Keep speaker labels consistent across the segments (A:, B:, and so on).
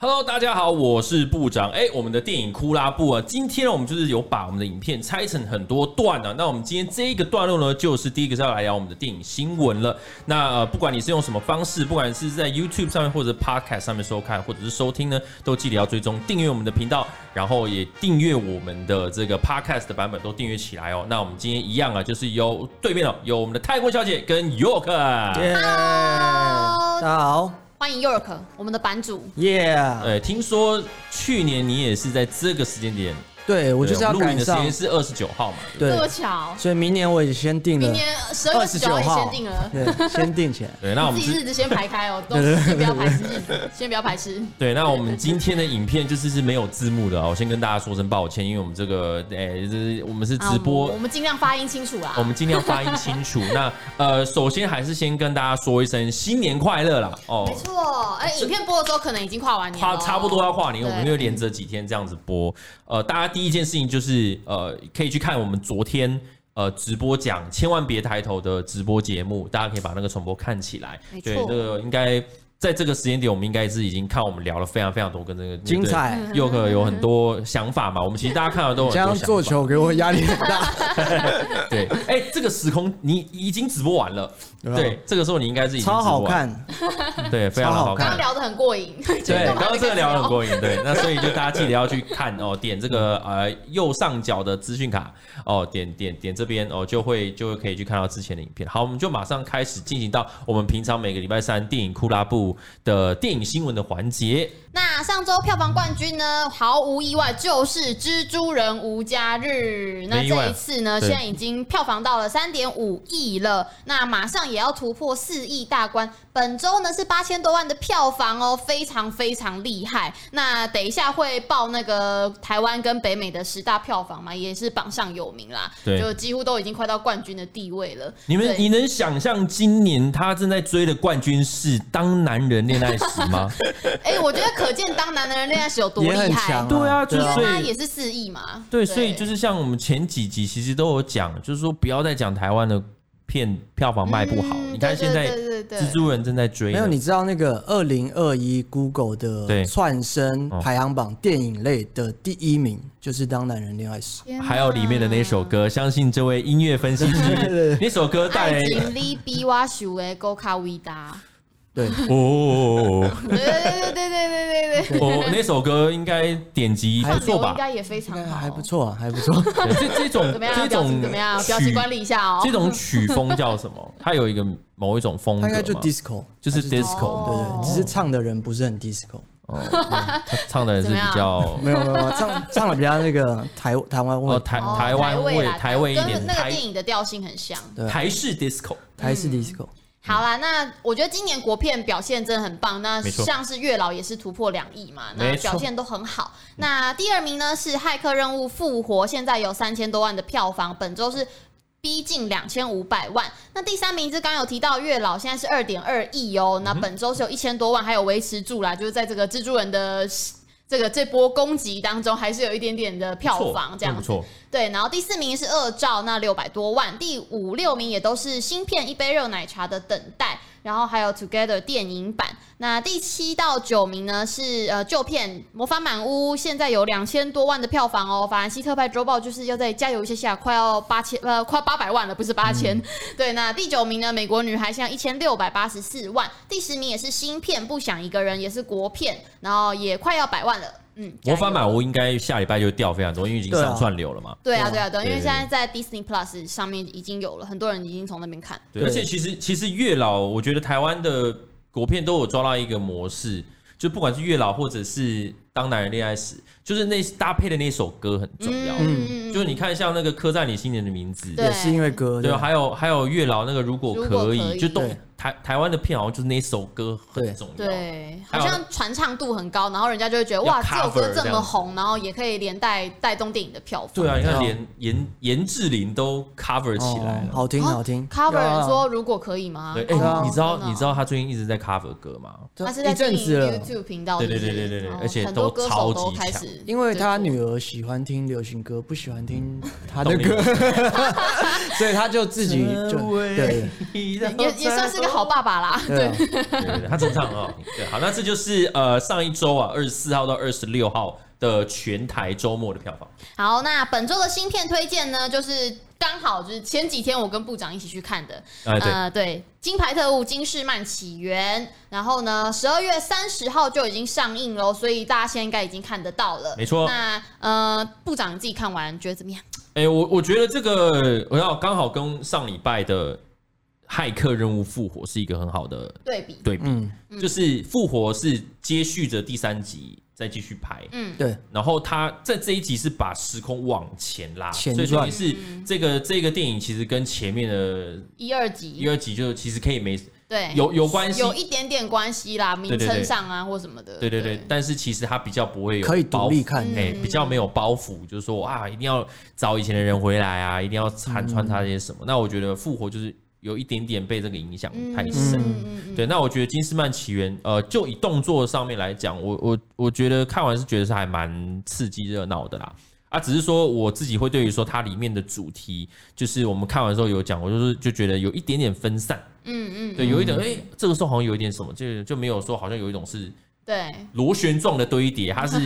A: Hello，大家好，我是部长。哎、我们的电影库拉部啊，今天呢，我们就是有把我们的影片拆成很多段啊。那我们今天这一个段落呢，就是第一个是要来聊我们的电影新闻了。那呃，不管你是用什么方式，不管是在 YouTube 上面或者 Podcast 上面收看，或者是收听呢，都记得要追踪订阅我们的频道，然后也订阅我们的这个 Podcast 的版本都订阅起来哦。那我们今天一样啊，就是由对面哦，有我们的泰国小姐跟 York。啊
B: 耶！大家好，
C: 欢迎 York，我们的版主。
B: 耶！
A: 呃，听说去年你也是在这个时间点，
B: 对我就是要
A: 对我们啊录
B: 赶
A: 影的时
B: 上
A: 间，是二十九号嘛？
C: 这
B: 对
C: 么，巧，
B: 所以明年我也先定
C: 明
B: 了
C: 年十二
B: 二
C: 月
B: 十
C: 十
B: 九
C: 九号也
B: 号
C: 先定了，
B: 对，先定 起来。
A: 对，那我
C: 自
A: 们
C: 己
A: 是，
C: 日子先排开 哦，都先不要排斥，先不要排斥。
A: 对，那我们今天的影片就是是没有字幕的啊，我先跟大家说声抱歉，因为我们这个，诶，这是我们是
C: 啊
A: 直播
C: 我。们尽量发音清楚啦
A: 我。们尽量发音清楚。那呃，首先还是先跟大家说一声新年快乐啦！哦
C: 没，错，哎，影片播的时候可能已经跨完年
A: 跨
C: 了，
A: 差不多要跨年，我
C: 哦对
A: 们因为连着几天这样子播。呃，大家第一件事情就是呃，可以去看我们昨天。呃，直播讲千万别抬头的直播节目，大家可以把那个重播看起来。
C: 没错
A: 对，那个应该在这个时间点，我们应该是已经看我们聊了非常非常多跟这个
B: 精。彩，
A: 又可有很多想法嘛？我们其实大家看到都有很
B: 你这
A: 多
B: 样
A: 想法
B: 做球给我压力很大。
A: 对，哎、这个时空你已经直播完了，
B: 对啊
A: 对，这个时候你应该是已经
B: 超
A: 直播
B: 好
A: 完了，
B: 看，
A: 对，非常
B: 超
A: 好
B: 好
C: 刚
A: 看
C: 刚。聊得很过瘾，
A: 对，刚刚这个聊得很
C: 瘾。
A: 过瘾，对， 那所以就大家记得要去看哦，点这个呃右上角的资讯卡哦，点点点这边哦，就会就会可以去看到之前的影片。好，我们就马上开始进行到我们平常每个礼拜三电影库拉部的电影新闻的环节。
C: 那上周票房冠军呢，毫无意外就是《蜘蛛人无家日》。那
A: 没意外
C: 这一次呢，
A: 对
C: 现在已经票房到了三点五亿了，那马上也要突破四亿大关。本周呢是八千多万的票房哦，非常非常厉害。那等一下会报那个台湾跟北美的十大票房嘛，也是榜上有名啦，
A: 对
C: 就几乎都已经快到冠军的地位了。
A: 你们
C: 对
A: 你能想象今年他正在追的冠军是《当男人恋爱时》 吗？
C: 哎、我觉得可见当男人恋爱时有 多
B: 也很
C: 厉害
B: 强。。
A: 对啊就
C: 因
A: 是
C: 为
A: 所以
C: 他也是四亿嘛，
A: 对，所以就是像我们前几集其实都有讲，就是说不要再讲台湾的片票房卖不好，
C: 嗯
A: 你看现在
C: 对对对对
A: 蜘蛛人正在追
B: 没
A: 呢，
B: 有，你知道那个二零二一 Google 的
A: 对
B: 窜升
A: 哦
B: 排行榜电影类的第一名就是《当男人恋爱时》。
C: 天哪
A: 还有里面的那首歌，相信这位音乐分析师，那首歌带来
C: 爱情里比我想的够卡伟大。
B: 对，
A: 哦，
C: 对对对对对对对对，
A: 我那首歌应该点击不
C: 放
A: 错
C: 牛应
A: 吧？
C: 该也非常好，
B: 还不。错啊，还不错。
A: 对这这种
C: 怎么样？
A: 这
C: 表
A: 种
C: 情怎么样？表情
A: 曲
C: 管理一下哦。
A: 这种曲风叫什么？它有一个某一种风
B: 他
A: 格
B: 应该就
A: 嘛
B: disco，
A: 就是
B: 还
A: disco，
B: 对
C: 哦
B: 对，只是唱的人不是很 disco。
A: 哦，他唱的是
C: 怎么
A: 比
C: 样
A: 较
B: 没有没有，没 有唱唱的比较那个台台湾
A: 哦
B: 味，
A: 台
C: 哦
A: 台湾味
C: 啦
A: 台味一点
C: 跟那个
A: 台
C: 电影的调性很像。
B: 对
A: 台式 disco。
B: 台式 disco。
C: 好啦，那我觉得今年国片表现真的很棒。那
A: 没错
C: 像是月老也是突破两亿嘛，
A: 没
C: 那
A: 错
C: 表现都很好。那第二名呢是《骇客任务：复活》，现在有三千多万的票房，本周是。逼近两千五百万，那第三名是刚刚有提到月老，现在是二点二亿
A: 嗯
C: 哦。那本周是有一千多万，还有维持住啦，就是在这个蜘蛛人的这个这波攻击当中，还是有一点点的
A: 不
C: 票
A: 错
C: 房这样
A: 不
C: 子。
A: 错，
C: 对，然后第四名是二兆，那六百多万，第五六名也都是芯片一杯热奶茶的等待，然后还有 Together 电影版。那第七到九名呢是呃旧片《魔法满屋》，现在有两千多万的票房哦。法兰西特派周报就是要再加油一下下，快要八千呃快八百万了，不是八
A: 嗯
C: 千、对，那第九名呢，《美国女孩》现在一千六百八十四万，第十名也是新片《不想一个人》，也是国片，然后也快要百万了。嗯，
A: 魔
C: 加油
A: 法满屋应该下礼拜就掉非常多，因为已经
B: 对啊
A: 上串流了嘛。
C: 对啊，对啊，对啊，因为
A: 对
C: 现在在 Disney Plus 上面已经有了，很多人已经从那边看。
A: 对，
B: 对
A: 而且其实其实月老，我觉得台湾的国片都有抓到一个模式，就不管是月老或者是当男人恋爱时，就是那搭配的那首歌很重要。
C: 嗯
A: 就是你看像那个刻在你心里的名字，
C: 对
B: 也是因为歌，
A: 对，啊还有还有月老那个如果
C: 如果
A: 可以，
C: 可以
A: 就都
B: 对
A: 台台湾的片好像就是那首歌很重要。
C: 对，
A: 还
C: 好
A: 有
C: 像传唱度很高，然后人家就会觉得
A: 要
C: 哇，这首
A: cover
C: 歌这
A: 这
C: 么
A: 样子
C: 红，然后也可以连带带动电影的票房。
A: 对啊，你看
B: 对啊
A: 连严严志玲都 cover 起来了。
B: 哦好听
C: 啊
B: 好听。
C: cover
B: 有啊
C: 人说如果可以吗？
A: 对，哎、
B: 对啊
C: 哦
A: 你知道
C: 真的哦
A: 你知道他最近一直在 cover 歌吗？
C: 他是
B: 一
C: 在
B: 阵
C: 经营
B: 子了，
C: YouTube 频道，
A: 对对
C: 是不是
A: 对对对对
C: 哦
A: 而且
C: 很
A: 都
C: 多歌手
A: 超
C: 都
A: 级
C: 开
A: 强
C: 始，
B: 因为他女儿喜欢听流行歌，不喜欢听他的
A: 懂你
B: 歌，所以他就自己就
A: 成为
B: 对
C: 也也算是个个好爸爸啦。
B: 对啊，
A: 对对对，他真唱很好听。对，好，那这就是呃上一周啊，二十四号到二十六号的全台周末的票房。
C: 好，那本周的新片推荐呢，就是刚好就是前几天我跟部长一起去看的，
B: 啊
A: 哎，对，
C: 呃，对，《金牌特务金士曼起源》，然后呢，十二月三十号就已经上映喽，所以大家现在应该已经看得到了。
A: 没错。
C: 那呃，部长你自己看完觉得怎么样？
A: 哎、我我觉得这个我要刚好跟上礼拜的《骇客任务：复活》是一个很好的
C: 对比，
A: 对比，
B: 嗯，
A: 就是《复活》是接续着第三集再继续拍，
C: 嗯，
B: 对，
A: 然后他在这一集是把时空往前拉，
B: 前
A: 所以说
B: 传
A: 也是
C: 嗯
A: 这个这个电影其实跟前面的
C: 一二
A: 一
C: 集，
A: 二集就其实可以没
C: 对，
A: 有有关系，
C: 有一点点关系啦，名
A: 对对
C: 称上啊或什么的。
A: 对对对，但是其实它比较不会有
B: 可以
A: 包
B: 独
A: 袱
B: 立
C: 嗯
B: 看。
A: 哎、比较没有包袱，就是说啊，一定要找以前的人回来啊，一定要穿穿插些什么。那我觉得复活就是有一点点被这个影响太深。
C: 嗯
A: 对，那我觉得《金斯曼起源》呃，就以动作上面来讲，我我我觉得看完是觉得是还蛮刺激热闹的啦。啊，只是说我自己会对于说它里面的主题，就是我们看完之后有讲，我就是就觉得有一点点分散，
C: 嗯嗯，
A: 对，有一点哎、这个时候好像有一点什么，就就没有说好像有一种是
C: 对，
A: 螺旋状的堆叠，它 是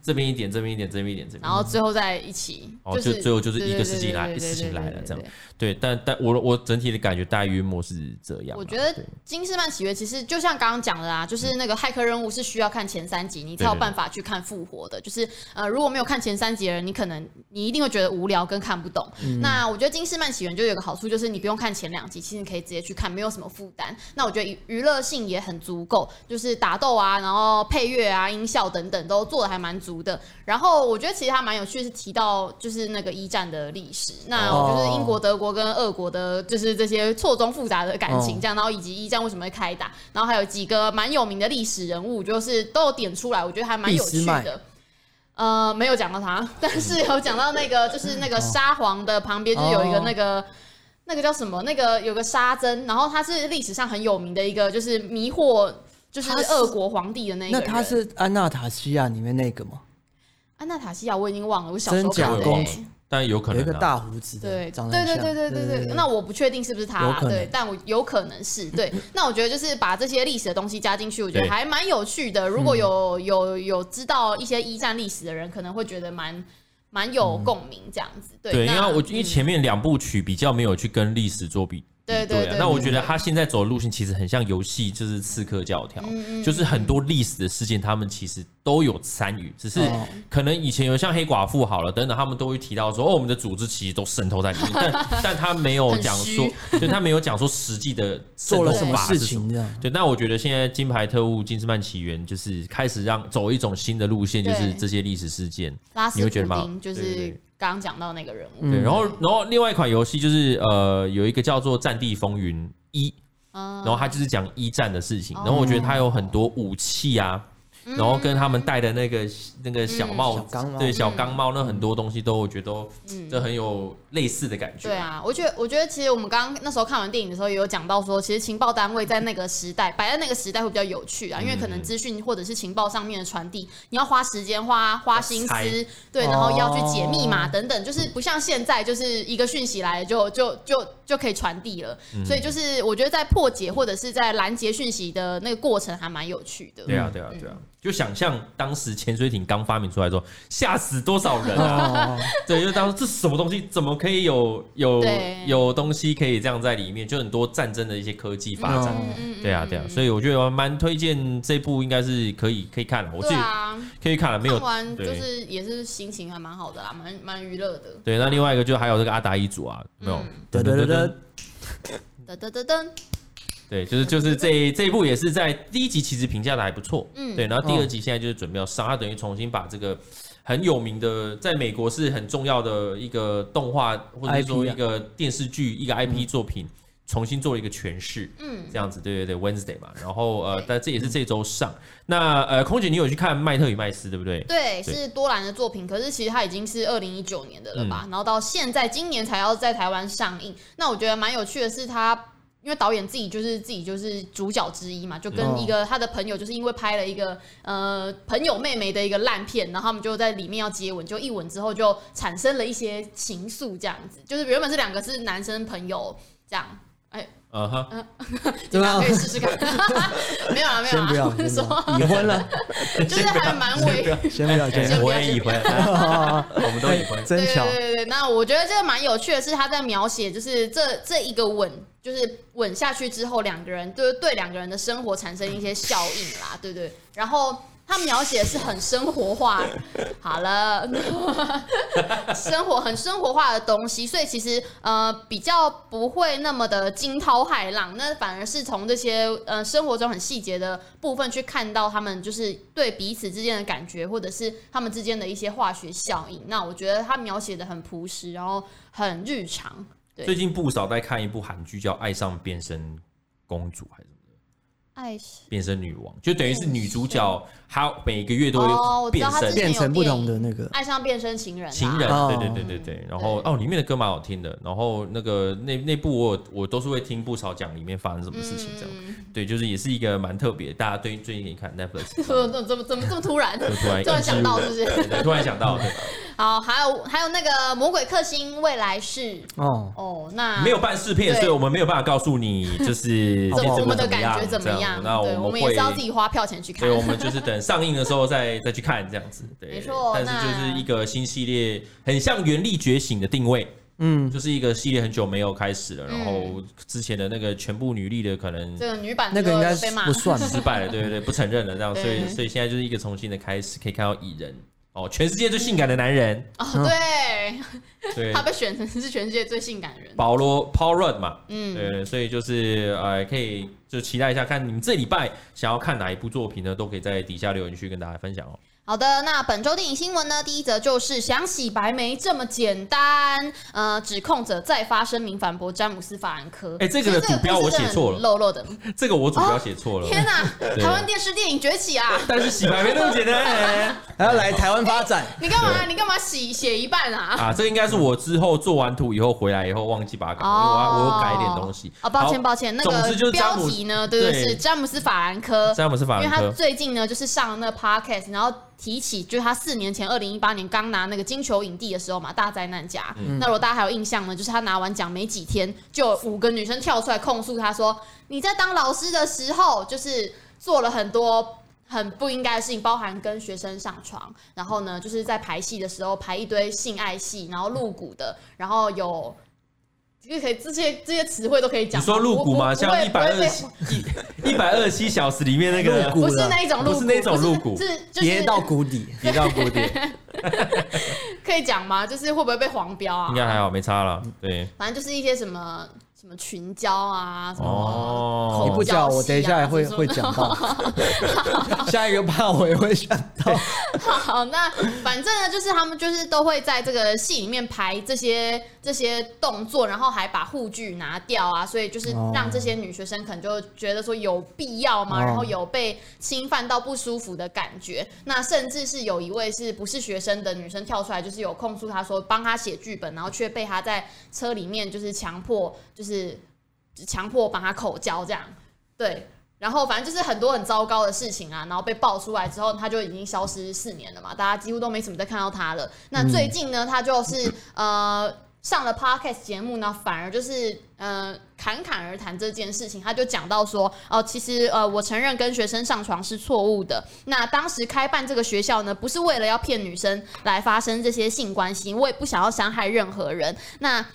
A: 这边一点，这边一点，这边一点，这边一点。
C: 然后最后再一起，
A: 哦
C: 是
A: 就最后就是
C: 对
A: 一个
C: 对
A: 事情
C: 对
A: 来
C: 对
A: 一
C: 对
A: 事情
C: 对
A: 来
C: 对
A: 了
C: 对
A: 这样
C: 对
A: 对，但但我我整体的感觉大约莫是这样啦。
C: 我觉得
A: 对嗯
C: 《金士曼起源》其实就像刚刚讲的啦，就是那个骇客任务是需要看前三集，你才有办法去看复活的。就是呃，如果没有看前三集的人，你可能你一定会觉得无聊跟看不懂。
A: 嗯
C: 那我觉得《金士曼起源》就有个好处，就是你不用看前两集，其实你可以直接去看，没有什么负担。那我觉得娱娱乐性也很足够，就是打斗啊，然后配乐啊、音效等等都做的还蛮足的。然后我觉得其实还蛮有趣，是提到就是那个一战的历史。那我就是英国、德国跟俄国的，就是这些错综复杂的感情
B: 哦
C: 这样，然后以及一战为什么会开打，然后还有几个蛮有名的历史人物，就是都有点出来，我觉得还蛮有
B: 俾
C: 趣
B: 斯麦
C: 的。呃，没有讲到他， 但是有讲到那个，就是那个沙皇的旁边，就是有一个
B: 哦
C: 那个。那个叫什么？那个有个沙僧，然后他是历史上很有名的一个，就是迷惑，就是
B: 他是
C: 俄国皇帝的那一个
B: 那
C: 人。
B: 他是安娜塔西亚里面那个吗？
C: 安娜塔西亚，我已经忘了，我小时
B: 真
C: 候
B: 假
C: 看的、
B: 公
C: 欸
B: 主。
A: 但有可
B: 有
A: 能、
B: 一
A: 啊、
B: 个大胡子的，
C: 对，
B: 长
C: 对
B: 得很
C: 对
B: 像
C: 对对对对那我不确定是不是他
B: 有
C: 啦，
B: 可能
C: 对，但我有可能 是对。那我觉得就是把这些历史的东西加进去，我觉得
A: 对嗯
C: 还蛮有趣的。如果有有有知道一些一战历史的人，可能会觉得蛮蛮有共鸣这样子。对，
A: 嗯对，因
C: 那
A: 为我因为前面两部曲比较没有去跟历史做比。
C: 对
A: 比
C: 对
A: 对啊
C: 对
A: 那我
C: 对
A: 觉得
C: 对
A: 他现在走的路线其实很像游戏，就是刺客教条，
C: 嗯
A: 就是很多历史的事件他们其实都有参与，只是
B: 哦
A: 可能以前有像黑寡妇好了等等，他们都会提到说哦，我们的组织其实都渗透在里面，但 但他没有
C: 很
A: 讲
C: 虚
A: 说，对他没有讲说实际的
B: 做了
A: 渗
B: 什
A: 透
B: 么
A: 法
B: 事
A: 是什么
B: 情这样？
A: 对，那我觉得现在《金牌特务金斯曼起源》就是开始让走一种新的路线，就是
C: 对
A: 这些历史事件。
C: 拉斯
A: 你会
C: 普
A: 觉得蛮
C: 丁就
A: 对对嗯
C: 是
A: 对
C: 刚刚讲到那个人物，
A: 对，然后然后另外一款游戏就是呃有一个叫做《战地风云一》，
C: 嗯
A: 然后它就是讲一战的事情，
C: 哦
A: 然后我觉得它有很多武器啊。
C: 嗯
A: 然后跟他们戴的那个那个小帽
B: 小钢
A: 子，
B: 帽
A: 对小钢帽，那很多东西都我觉得都
C: 嗯
A: 这很有类似的感觉。
C: 对啊，我觉得我觉得其实我们刚刚那时候看完电影的时候，也有讲到说，其实情报单位在那个时代摆在那个时代会比较有趣
A: 嗯
C: 啊，因为可能资讯或者是情报上面的传递，你要花时间、花花心思
A: 猜，
C: 对，然后要去解密码
B: 哦
C: 等等，就是不像现在就是一个讯息来了就就就就可以传递了，
A: 嗯
C: 所以就是我觉得在破解或者是在拦截讯息的那个过程还蛮有趣的。
A: 对啊，对啊，对啊，
C: 嗯
A: 就想象当时潜水艇刚发明出来的时候，吓死多少人啊！
B: 哦，
A: 对，就当时这是什么东西，怎么可以有有
C: 对
A: 有东西可以这样在里面？就很多战争的一些科技发展。
B: 嗯
C: 嗯
A: 对啊，对啊，所以我觉得我蛮推荐这部，应该是可以可以看了，我自
C: 对
A: 己
C: 啊，
A: 可以看了，没有
C: 看完就
A: 对
C: 是也是心情还蛮好的啦，蛮蛮娱乐的。
A: 对。那另外一个就还有这个阿达一组啊，有没有，
C: 嗯
B: 对对对对，
C: 噔噔噔噔，
A: 对，就是就是这一这一部也是在第一集其实评价的还不错，
C: 嗯
A: 对，然后第
B: 哦
A: 二集现在就是准备要上，它等于重新把这个很有名的，在美国是很重要的一个动画或者是
B: IP
A: 说
B: 啊嗯
A: 一个电视剧、一个 IP 作品，重新做了一个诠释，
C: 嗯。
A: 这样子，对对对，Wednesday 嘛，然后呃，但这也是这周上。那呃，空姐你有去看《麦特与麦斯》对不对？
C: 对，
A: 对
C: 是多兰的作品，可是其实它已经是二零一九年的了
B: 嗯
C: 吧？然后到现在今年才要在台湾上映。那我觉得蛮有趣的是它。因为导演自己就是自己就是主角之一嘛，就跟一个
B: 哦
C: 他的朋友，就是因为拍了一个呃朋友妹妹的一个烂片，然后他们就在里面要接吻，就一吻之后就产生了一些情愫，这样子，就是原本是两个是男生朋友这样，哎，
A: 嗯哼，
B: 对
C: 大
B: 吧
C: 家可？以试试看。 没有啊，没有
B: 先不
C: 啊，
B: 要，
C: 我是
B: 先不要，
C: 说，
B: 已婚了，
C: 就是还蛮微
B: 先不要，先
C: 先
B: 不
C: 不
A: 我
C: 要
A: 也已婚，
B: 要，。
A: 我们都已婚
B: 真
C: 对
B: 巧
C: 对，对对，那我觉得这个蛮有趣的是，他在描写就是这这一个吻，就是吻下去之后，两个人就是对两个人的生活产生一些效应啦，对对。然后他描写的是很生活化，好了，生活很生活化的东西，所以其实呃比较不会那么的惊涛骇浪，那反而是从这些呃生活中很细节的部分去看到他们就是对彼此之间的感觉，或者是他们之间的一些化学效应。那我觉得他描写的很朴实，然后很日常。
A: 最
C: 对，
A: 近不少在看一部韩剧，叫《爱上变身公主》还是什么
C: 爱是
A: 变身女王，就等于是女主角她每个月都
C: 嗯哦
A: 有
C: 我知
A: 变
C: 道她
A: 身
C: 之前
B: 变成不同的那个，
C: 爱上变身情人啦，啊
A: 情人，
B: 哦
A: 对对对对对。然后哦，里面的歌蛮好听的。然后那个那那部我有我都是会听不少讲里面发生什么事情这样。
C: 嗯
A: 对，就是也是一个蛮特别，大家最最近可以看 Netflix
C: 怎么怎么怎么这么突然？
A: 就 突然
C: 突然想到嗯是不
A: 对
C: 是？
A: 对突然想到，对
C: 好，还有还有那个魔鬼克星未来是
B: 哦，
C: 哦，那
A: 没有办试片，
C: 对
A: 所以我们没有办法告诉你就是
B: 怎么
A: 结
C: 我
A: 果
C: 们的感觉怎
A: 么
C: 么样？
A: 那
C: 对，
A: 我
C: 我
A: 们
C: 们也
A: 会
C: 是要自己花票钱去看
A: 所以。我们就是等上映的时候再再去看这样 子，对，
C: 没错
A: 但是
C: 那
A: 就是一个新系列，很像《原力觉醒》的定位，
B: 嗯，
A: 就是一个系列很久没有开始了，然后
C: 嗯
A: 之前的那个全部女力的可能
C: 这个女版
B: 那个应该
C: 就被骂
B: 不算
A: 失败了，对对对，不承认了这样，
C: 对
A: 所以所以现在就是一个重新的开始，可以看到蚁人哦，全世界最性感的男人，
C: 哦，对，
A: 对
C: 她，被选成是全世界最性感的人。
A: 保罗 Paul Rudd 嘛，
C: 嗯，
A: 对，所以就是呃，可以就期待一下，看你们这礼拜想要看哪一部作品呢，都可以在底下留言区跟大家分享哦。
C: 好的，那本周电影新闻呢，第一则就是想洗白没这么简单，呃，指控者再发声明反驳詹姆斯法兰科。
A: 哎这个的
C: 其实
A: 主标
C: 故
A: 我
C: 事真
A: 写
C: 的
A: 错
C: 很
A: 了
C: 漏 漏的。
A: 这个我主要写错了，
C: 哦天哪，
A: 对
C: 台湾电视电影崛起 啊！
A: 但是洗白没那么简单、哎
B: 还要来台湾发展，
C: 你干嘛？你干嘛洗写一半啊？
A: 啊！这应该是我之后做完图以后回来以后忘记把它改，
C: 啊
A: 因为我要我有改一点东西。
C: 哦，抱歉
A: 好
C: 抱歉，那
A: 总之就
C: 个
A: 是詹
C: 标
A: 姆
C: 题呢，对对
A: 对
C: 是詹姆斯法兰科，
A: 詹姆斯法
C: 因为
A: 兰
C: 他
A: 科，
C: 最近呢，就是上那个 podcast，然后提起就是他四年前二零一八年刚拿那个金球影帝的时候嘛，大灾难家。
A: 嗯
C: 那如果大家还有印象呢，就是他拿完奖没几天，就有五个女生跳出来控诉他说：“你在当老师的时候，就是做了很多。”很不应该的事情，包含跟学生上床，然后呢，就是在排戏的时候排一堆性爱戏，然后露骨的，然后有这个可以这些这些词汇都可以讲
A: 你
C: 吗。
A: 说露骨吗？
C: 不不不
A: 像
C: 会
A: 一
C: 不
A: 百
C: 会
A: 二
C: 被
A: 一一百二十七小时里面那
B: 露
A: 个
B: 骨
C: 不是
B: 了，
C: 那一种露骨，
A: 不是那种露骨
C: 不是是就是
B: 跌到谷底，
A: 跌到谷底，应
C: 可以讲吗？就是会不会被黄标啊？
A: 该还好，没差了。对，
C: 反正就是一些什么什么群交啊，什么、
A: 哦
B: 你不
C: 交
B: 讲，
C: 戏啊
B: 我等一下会
C: 什么
B: 会讲到， 下一个怕我也会想到，
C: 好，那反正呢，就是他们就是都会在这个戏里面排这些这些动作，然后还把护具拿掉啊，所以就是
A: 哦
C: 让这些女学生可能就觉得说有必要吗？
B: 哦
C: 然后有被侵犯到不舒服的感觉。那甚至是有一位是不是学生的女生跳出来，就是有控诉他说帮他写剧本，然后却被他在车里面就是强迫，就是强迫帮他口交这样，对。然后反正就是很多很糟糕的事情啊，然后被爆出来之后，他就已经消失四年了嘛，大家几乎都没什么再看到他了。那最近呢，他就是呃上了 podcast 节目呢，反而就是呃侃侃而谈这件事情，他就讲到说，哦、其实呃我承认跟学生上床是错误的。那当时开办这个学校呢，不是为了要骗女生来发生这些性关系，我也不想要伤害任何人。那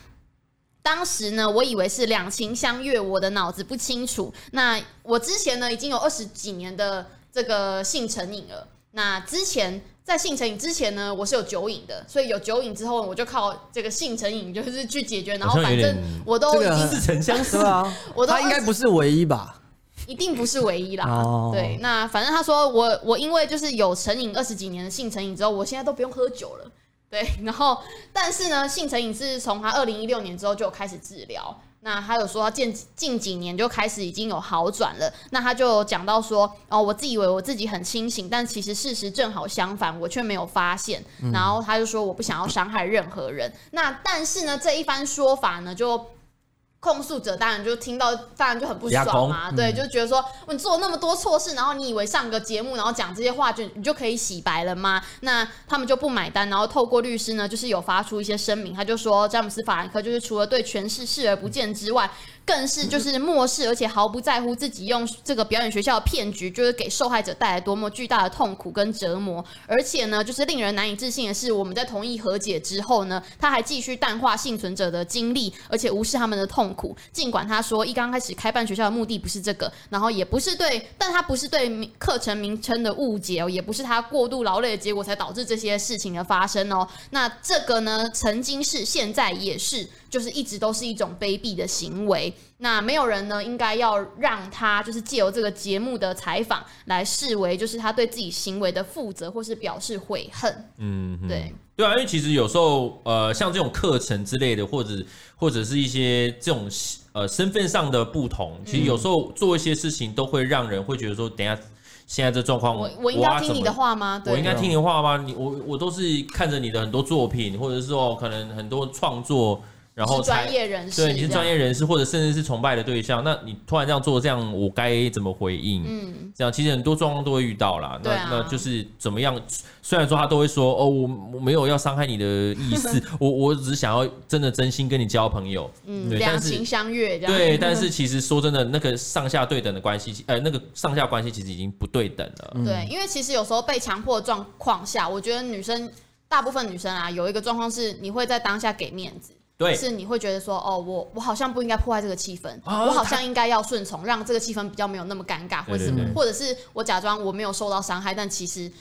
C: 当时呢，我以为是两情相悦，我的脑子不清楚。那我之前呢，已经有二十几年的这个性成瘾了。那之前在性成瘾之前呢，我是有酒瘾的，所以有酒瘾之后，我就靠这个性成瘾就是去解决。然后
A: 好像
C: 反
A: 有点
C: 正哦我都
B: 这
C: 已
B: 个
C: 经
A: 似曾相识
B: 对。啊，
C: 我都
B: 他应该不是唯一吧？
C: 一定不是唯一啦。
B: 哦
C: 对，那反正他说我我因为就是有成瘾二十几年的性成瘾之后，我现在都不用喝酒了。对，然后但是呢，性成瘾是从他二零一六年之后就有开始治疗。那他有说他近近几年就开始已经有好转了。那他就有讲到说，哦，我自以为我自己很清醒，但其实事实正好相反，我却没有发现。然后他就说我不想要伤害任何人。那但是呢，这一番说法呢，就控诉者当然就听到，当然就很不
A: 牙
C: 爽
A: 痛嗯
C: 嘛，对，就觉得说嗯你做那么多错事，然后你以为上个节目，然后讲这些话就你就可以洗白了吗？那他们就不买单，然后透过律师呢，就是有发出一些声明，他就说詹姆斯法兰克就是除了对权势视而不见之外，更是就是漠视，而且毫不在乎自己用这个表演学校的骗局，就是给受害者带来多么巨大的痛苦跟折磨。而且呢，就是令人难以置信的是，我们在同意和解之后呢，他还继续淡化幸存者的经历，而且无视他们的痛苦。尽管他说一刚开始开办学校的目的不是这个，然后也不是对，但他不是对名课程名称的误解哦，也不是他过度劳累的结果才导致这些事情的发生哦。那这个呢，曾经是，现在也是，就是一直都是一种卑鄙的行为。那没有人呢，应该要让他就是借由这个节目的采访来视为就是他对自己行为的负责，或是表示悔恨。
A: 嗯，嗯
C: 对，
A: 对啊，因为其实有时候呃，像这种课程之类的，或者或者是一些这种呃身份上的不同，其
C: 嗯
A: 实有时候做一些事情都会让人会觉得说，等一下现在这状况，
C: 我我应该
A: 要
C: 要听你的，话吗？
A: 我
C: 对，
A: 应该听你的话吗？你我我都是看着你的很多作品，或者是说可能很多创作，然后
C: 是
A: 才
C: 专业人士，
A: 对你是专业，人士，或者甚至是崇拜的对象，那你突然这样做，这样我该怎么回应？
C: 嗯，
A: 这样其实很多状况都会遇到啦。那、
C: 对啊
A: 那就是怎么样？虽然说他都会说哦，我我没有要伤害你的意思， 我我只是想要真的真心跟你交朋友。
C: 嗯，
A: 对
C: 两
A: 但是
C: 情相悦这样。
A: 对，但是其实说真的，那个上下对等的关系，呃，那个上下关系其实已经不对等了。
C: 对，因为其实有时候被强迫的状况下，我觉得女生大部分女生啊，有一个状况是你会在当下给面子，
A: 对，
C: 是你会觉得说，哦，我我好像不应该破坏这个气氛，
A: 啊
C: 我好像应该要顺从，让这个气氛比较没有那么尴尬，
A: 对对
C: 或是
A: 对
C: 或者是我假装我没有受到伤害，但其实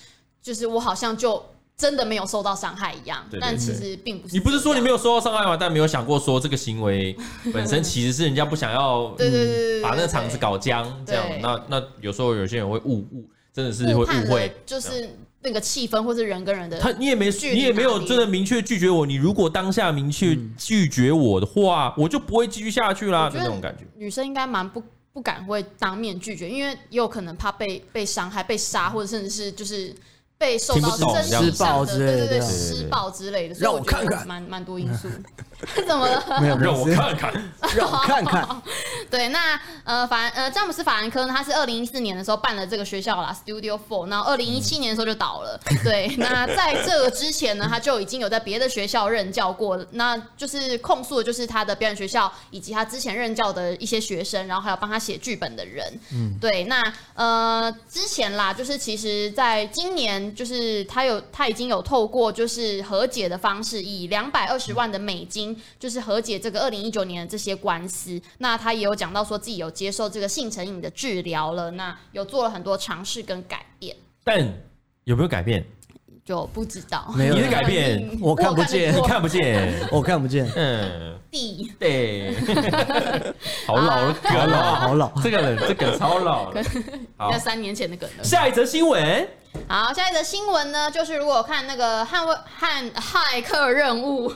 C: 就是我好像就真的没有受到伤害一样，
A: 对对
C: 但其
A: 对
C: 实并不是这样。
A: 你不是说你没有受到伤害吗？但没有想过说这个行为本身其实是人家不想要，
C: 对对对对对
A: 把那个场子
C: 对
A: 搞僵这样
C: 对。
A: 那那有时候有些人会误误，真的是会
C: 误
A: 误
C: 判了
A: 会。
C: 就是那个气氛或是人跟人的
A: 他你也没
C: 距离
A: 你也没有
C: 哪里
A: 真的明确拒绝我，你如果当下明确
B: 嗯
A: 拒绝我的话，我就不会继续下去啦，
C: 我
A: 就
C: 觉得
A: 那种感觉。
C: 女生应该蛮不不敢会当面拒绝，因为也有可能怕被被伤害、被杀，或者甚至是就是被受
A: 听
C: 到
A: 不懂
C: 身
A: 这样
C: 体
A: 子
B: 施暴
C: 上的
B: 之类的对
C: 对对对
B: 对
A: 对
C: 施暴之类的，所以
B: 让我
C: 觉得
B: 看看
C: 蛮蛮 多因素。 怎么了？
B: 没有，
A: 让
B: 没
A: 我
B: 事
A: 看看，
B: 让我 看看，
C: 对，那呃法呃詹姆斯法兰科呢，他是二零一四年的时候办了这个学校啦，Studio Four，然后二零一七年的时候就倒了。 对，那在这个之前呢，他就已经有在别的学校任教过，那就是控诉的就是他的表演学校以及他之前任教的一些学生，然后还有帮他写剧本的人。嗯，对，那呃之前啦，就是其实在今年，就是他有他已经有透过就是和解的方式，以两百二十万的美金，就是和解这个二零一九年的这些官司。那他也有讲到说自己有接受这个性成瘾的治疗了，那有做了很多尝试跟改变，
A: 但有没有改变？
C: 就不知道。
B: 没有
A: 你的改变
B: 我看不见
A: 你
C: 我
A: 看不见。
B: 我看不见，
A: 嗯，
C: 地
A: 对， 好老
C: 啊
A: 的
B: 好
A: 梗
B: 老
A: 哦，
B: 好老，
A: 这个人这梗超老了。好
C: 那，三年前的梗了。
A: 下一则新闻。
C: 好，下一则新闻呢，就是如果有看那个捍卫汉骇客任务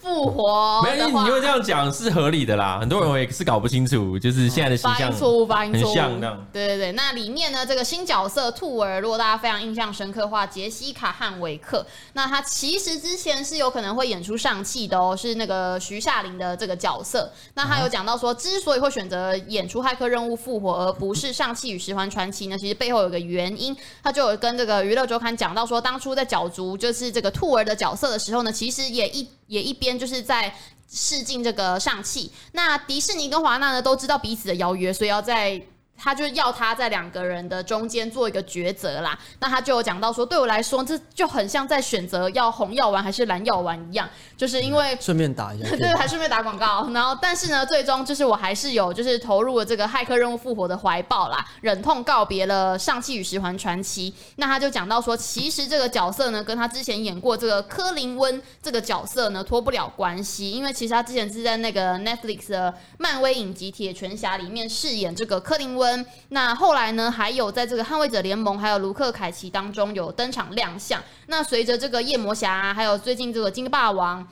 C: 复活
A: 没有，
C: 的
A: 你
C: 话，
A: 会这样讲是合理的啦。很多人也是搞不清楚，就是现在的形
C: 发
A: 象
C: 音。错误，发音错误，
A: 很像那样
C: 对对对，那里面呢，这个新角色兔儿，如果大家非常印象深刻的话，杰西卡汉维克，那她其实之前是有可能会演出上戏的哦，是那个徐夏玲的这个角色。那她有讲到说，之所以会选择演出《骇客任务：复活》，而不是上戏与十环传奇呢，其实背后有个原因。她就有跟这个娱乐周刊讲到说，当初在角逐就是这个兔儿的角色的时候呢，其实也一也一边就是在试镜这个上汽。那迪士尼跟华纳呢都知道彼此的邀约，所以要在。他就要他在两个人的中间做一个抉择啦。那他就有讲到说，对我来说，这就很像在选择要红药丸还是蓝药丸一样，就是因为。
B: 顺便打一下
C: 对，还啊顺便打广告。然后，但是呢，最终就是我还是有就是投入了这个骇客任务复活的怀抱啦，忍痛告别了上汽与十环传奇。那他就讲到说，其实这个角色呢，跟他之前演过这个科林温这个角色呢脱不了关系，因为其实他之前是在那个 Netflix 的漫威影集《铁拳侠》里面饰演这个科林温。那后来呢，还有在这个捍卫者联盟还有卢克凯奇当中有登场亮相。那随着这个夜魔侠、啊还有最近这个金霸王。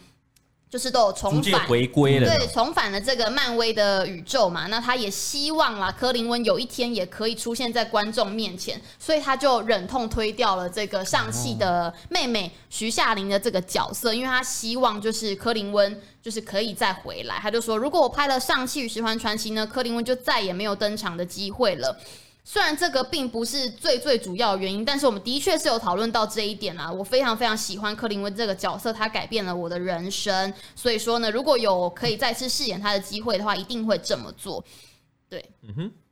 C: 就是都有重
A: 逐渐
C: 返，
A: 回归了，
C: 对，重返了这个漫威的宇宙嘛，那他也希望啦，柯林温有一天也可以出现在观众面前，所以他就忍痛推掉了这个上戏
A: 哦
C: 的妹妹徐夏玲的这个角色，因为他希望就是柯林温就是可以再回来，他就说如果我拍了上戏与十环传奇呢，柯林温就再也没有登场的机会了。虽然这个并不是最最主要的原因，但是我们的确是有讨论到这一点啊啦。我非常非常喜欢柯林威这个角色，他改变了我的人生。所以说呢，如果有可以再次饰演他的机会的话，一定会这么做。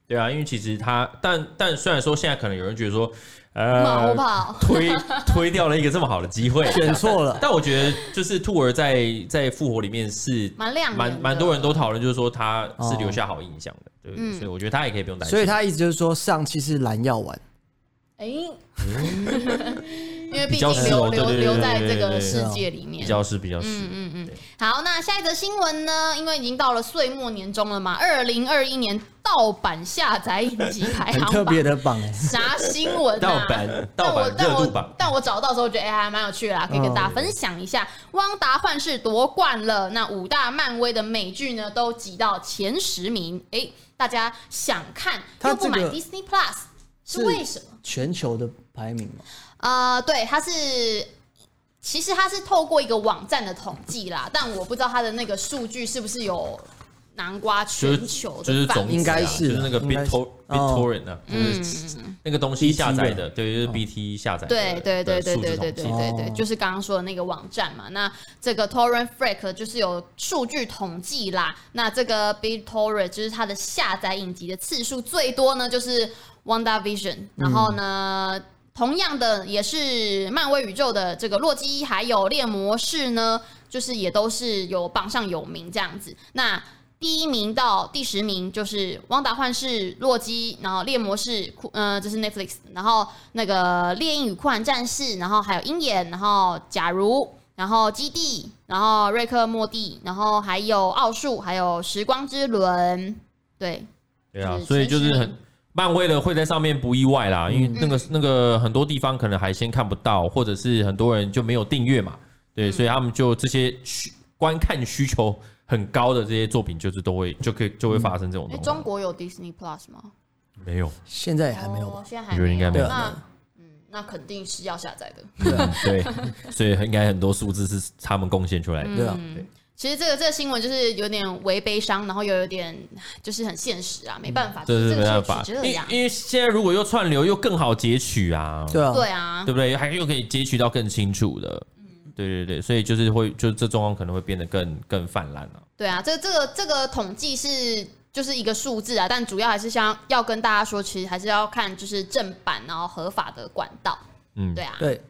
A: 对啊，因为其实他，但但虽然说现在可能有人觉得说，
C: 毛
A: 呃，
C: 跑，
A: 推推掉了一个这么好的机会，
B: 选错了。
A: 但我觉得就是兔儿在在复活里面是
C: 蛮亮眼的
A: 蛮蛮多人都讨论，就是说他是
B: 哦
A: 留下好印象的，对不对？
C: 嗯
A: 所以我觉得他也可以不用担心。
B: 所以他意思就是说，上期是蓝药丸，
C: 哎， 因为毕
A: 比较
C: 竟留
A: 熟对
C: 留
A: 对对
C: 留
A: 对
C: 在
A: 对
C: 这
A: 对
C: 个
A: 对
C: 世
B: 对
C: 界里面
A: 比。较是比哦较是，
C: 嗯嗯
A: 对
C: 好，那下一则新闻呢？因为已经到了岁末年终了嘛，二零二一年盗版下载影集排
B: 很
C: 行
B: 特
C: 榜
B: 别，的榜哎、
C: 啥新闻、啊？
A: 盗版
C: 但
A: 盗
C: 我
A: 版
C: 但
A: 热
C: 我
A: 度榜，
C: 但我找到的时候觉得哎、还蛮有趣的啦，可以跟大家分享一下。汪达幻视夺冠了，那五大漫威的美剧呢都挤到前十名，哎、大家想看
B: 它
C: 又不买
B: 这个
C: Disney Plus 是
B: 是
C: 为什么？
B: 全球的排名嘛，
C: 呃，对，它是。其实它是透过一个网站的统计啦，但我不知道它的那个数据是不是有南瓜全球
A: 就
C: 的
A: 是
C: 范
A: 总
C: 围
B: 应该
A: 是
B: 是
C: 啊
A: 就是那个
B: 应该是
A: BitTor
B: 哦
A: BitTorrent 啊，
C: 嗯
A: 就是那个东西下载的，对，就是 BT 下载的，
C: 对对对对
A: 的数
C: 对
A: 字
C: 对对
A: 统计
C: 对对，
B: 哦
C: 就是刚刚说的那个网站嘛。那这个 Torrent Freak 就是有数据统计啦。那这个 BitTorrent 就是它的下载影集的次数最多呢，就是
A: 嗯
C: WandaVision。然后呢？同样的，也是漫威宇宙的这个洛基，还有猎魔士呢，就是也都是有榜上有名这样子。那第一名到第十名就是《汪达幻视》、《洛基》，然后《猎魔士》库，呃，这是 Netflix，然后那个《猎鹰与酷寒战士》，然后还有《鹰眼》，然后《假如》，然后《基地》，然后《瑞克莫蒂》，然后还有《奥数》，还有《时光之轮》。对，
A: 对啊，
C: 是嗯
A: 所以就是
C: 前十
A: 很漫威的会在上面不意外啦，因为那个那个很多地方可能还先看不到，或者是很多人就没有订阅嘛，
C: 嗯
A: 对，所以他们就这些需观看需求很高的这些作品，就是都会就可以就会发生这种
B: 哦
C: 哎，
A: 东西。
C: 中国有 Disney Plus 吗？
A: 没 有，
B: 现在也哎还没有吧？啊
C: 哦现在
A: 我
C: 还
A: 觉得应该没有。
C: 那嗯，那肯定是要下载的。
A: 嗯对，所以应该很多数字是他们贡献出来
C: 哦
A: 的。
B: 对啊，
C: 其实这个这个新闻就是有点为悲伤，然后又有点就是很现实啊，没办法，
A: 这是没
C: 这个
A: 办
C: 社
A: 法
C: 区，这
A: 因
C: 样。
A: 因为现在如果又串流又更好截取啊，
B: 对啊，
C: 对啊嗯
A: 对，不对？还又可以截取到更清楚的，对对对，所以就是会，就这状况可能会变得更更泛滥了、
C: 对啊，这这个这个统计是就是一个数字啊，但主要还是想要跟大家说，其实还是要看就是正版然后合法的管道，
A: 嗯，
C: 对啊。
B: 对，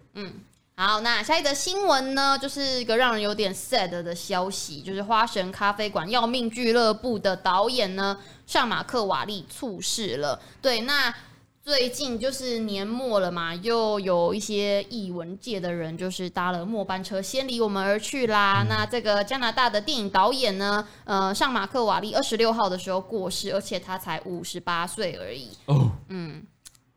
C: 好，那下一则新闻呢，就是一个让人有点 sad 的消息，就是花神咖啡馆要命俱乐部的导演呢，上马克瓦利猝逝了。对，那最近就是年末了嘛，又有一些艺文界的人就是搭了末班车先离我们而去啦。那这个加拿大的电影导演呢，呃，上马克瓦利二十六号的时候过世，而且他才五十八岁而已。嗯
A: 哦，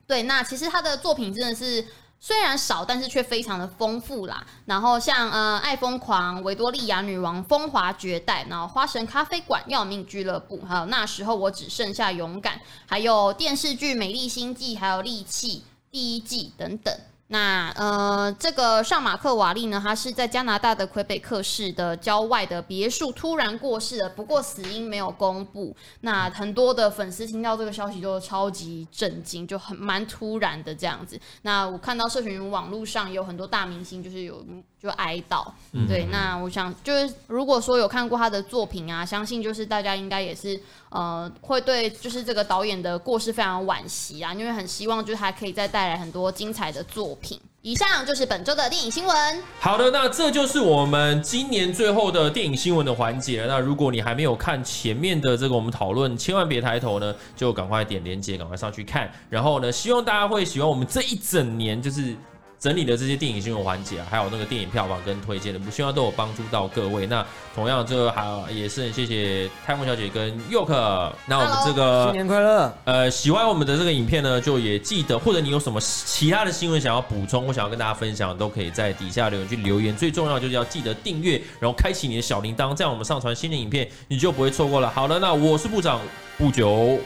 C: 对，那其实他的作品真的是虽然少，但是却非常的丰富啦。然后像呃《爱疯狂》《维多利亚女王》《风华绝代》，然后《花神咖啡馆》《要命俱乐部》，还有那时候我只剩下勇敢，还有电视剧《美丽心计》，还有《利器》第一季等等。那呃，这个上马克瓦利呢，他是在加拿大的魁北克市的郊外的别墅突然过世了，不过死因没有公布。那很多的粉丝听到这个消息就超级震惊，就很蛮突然的这样子。那我看到社群网络上有很多大明星就是有就哀悼，对。那我想就是如果说有看过他的作品啊，相信就是大家应该也是呃会对就是这个导演的过世非常惋惜啊，因为很希望就是还可以再带来很多精彩的作品。以上就是本周的电影新闻，
A: 好的，那这就是我们今年最后的电影新闻的环节了。那如果你还没有看前面的这个我们讨论，千万别抬头呢，就赶快点连接，赶快上去看。然后呢，希望大家会喜欢我们这一整年就是整理的这些电影新闻环节、啊，还有那个电影票房跟推荐的，我希望都有帮助到各位。那同样，这还有也是很谢谢太空小姐跟 Yoke。那我们这个
B: 新年快乐！
A: 呃，喜欢我们的这个影片呢，就也记得，或者你有什么其他的新闻想要补充或想要跟大家分享，都可以在底下留言区留言。最重要就是要记得订阅，然后开启你的小铃铛，这样我们上传新的影片你就不会错过了。好了，那我是部长不久，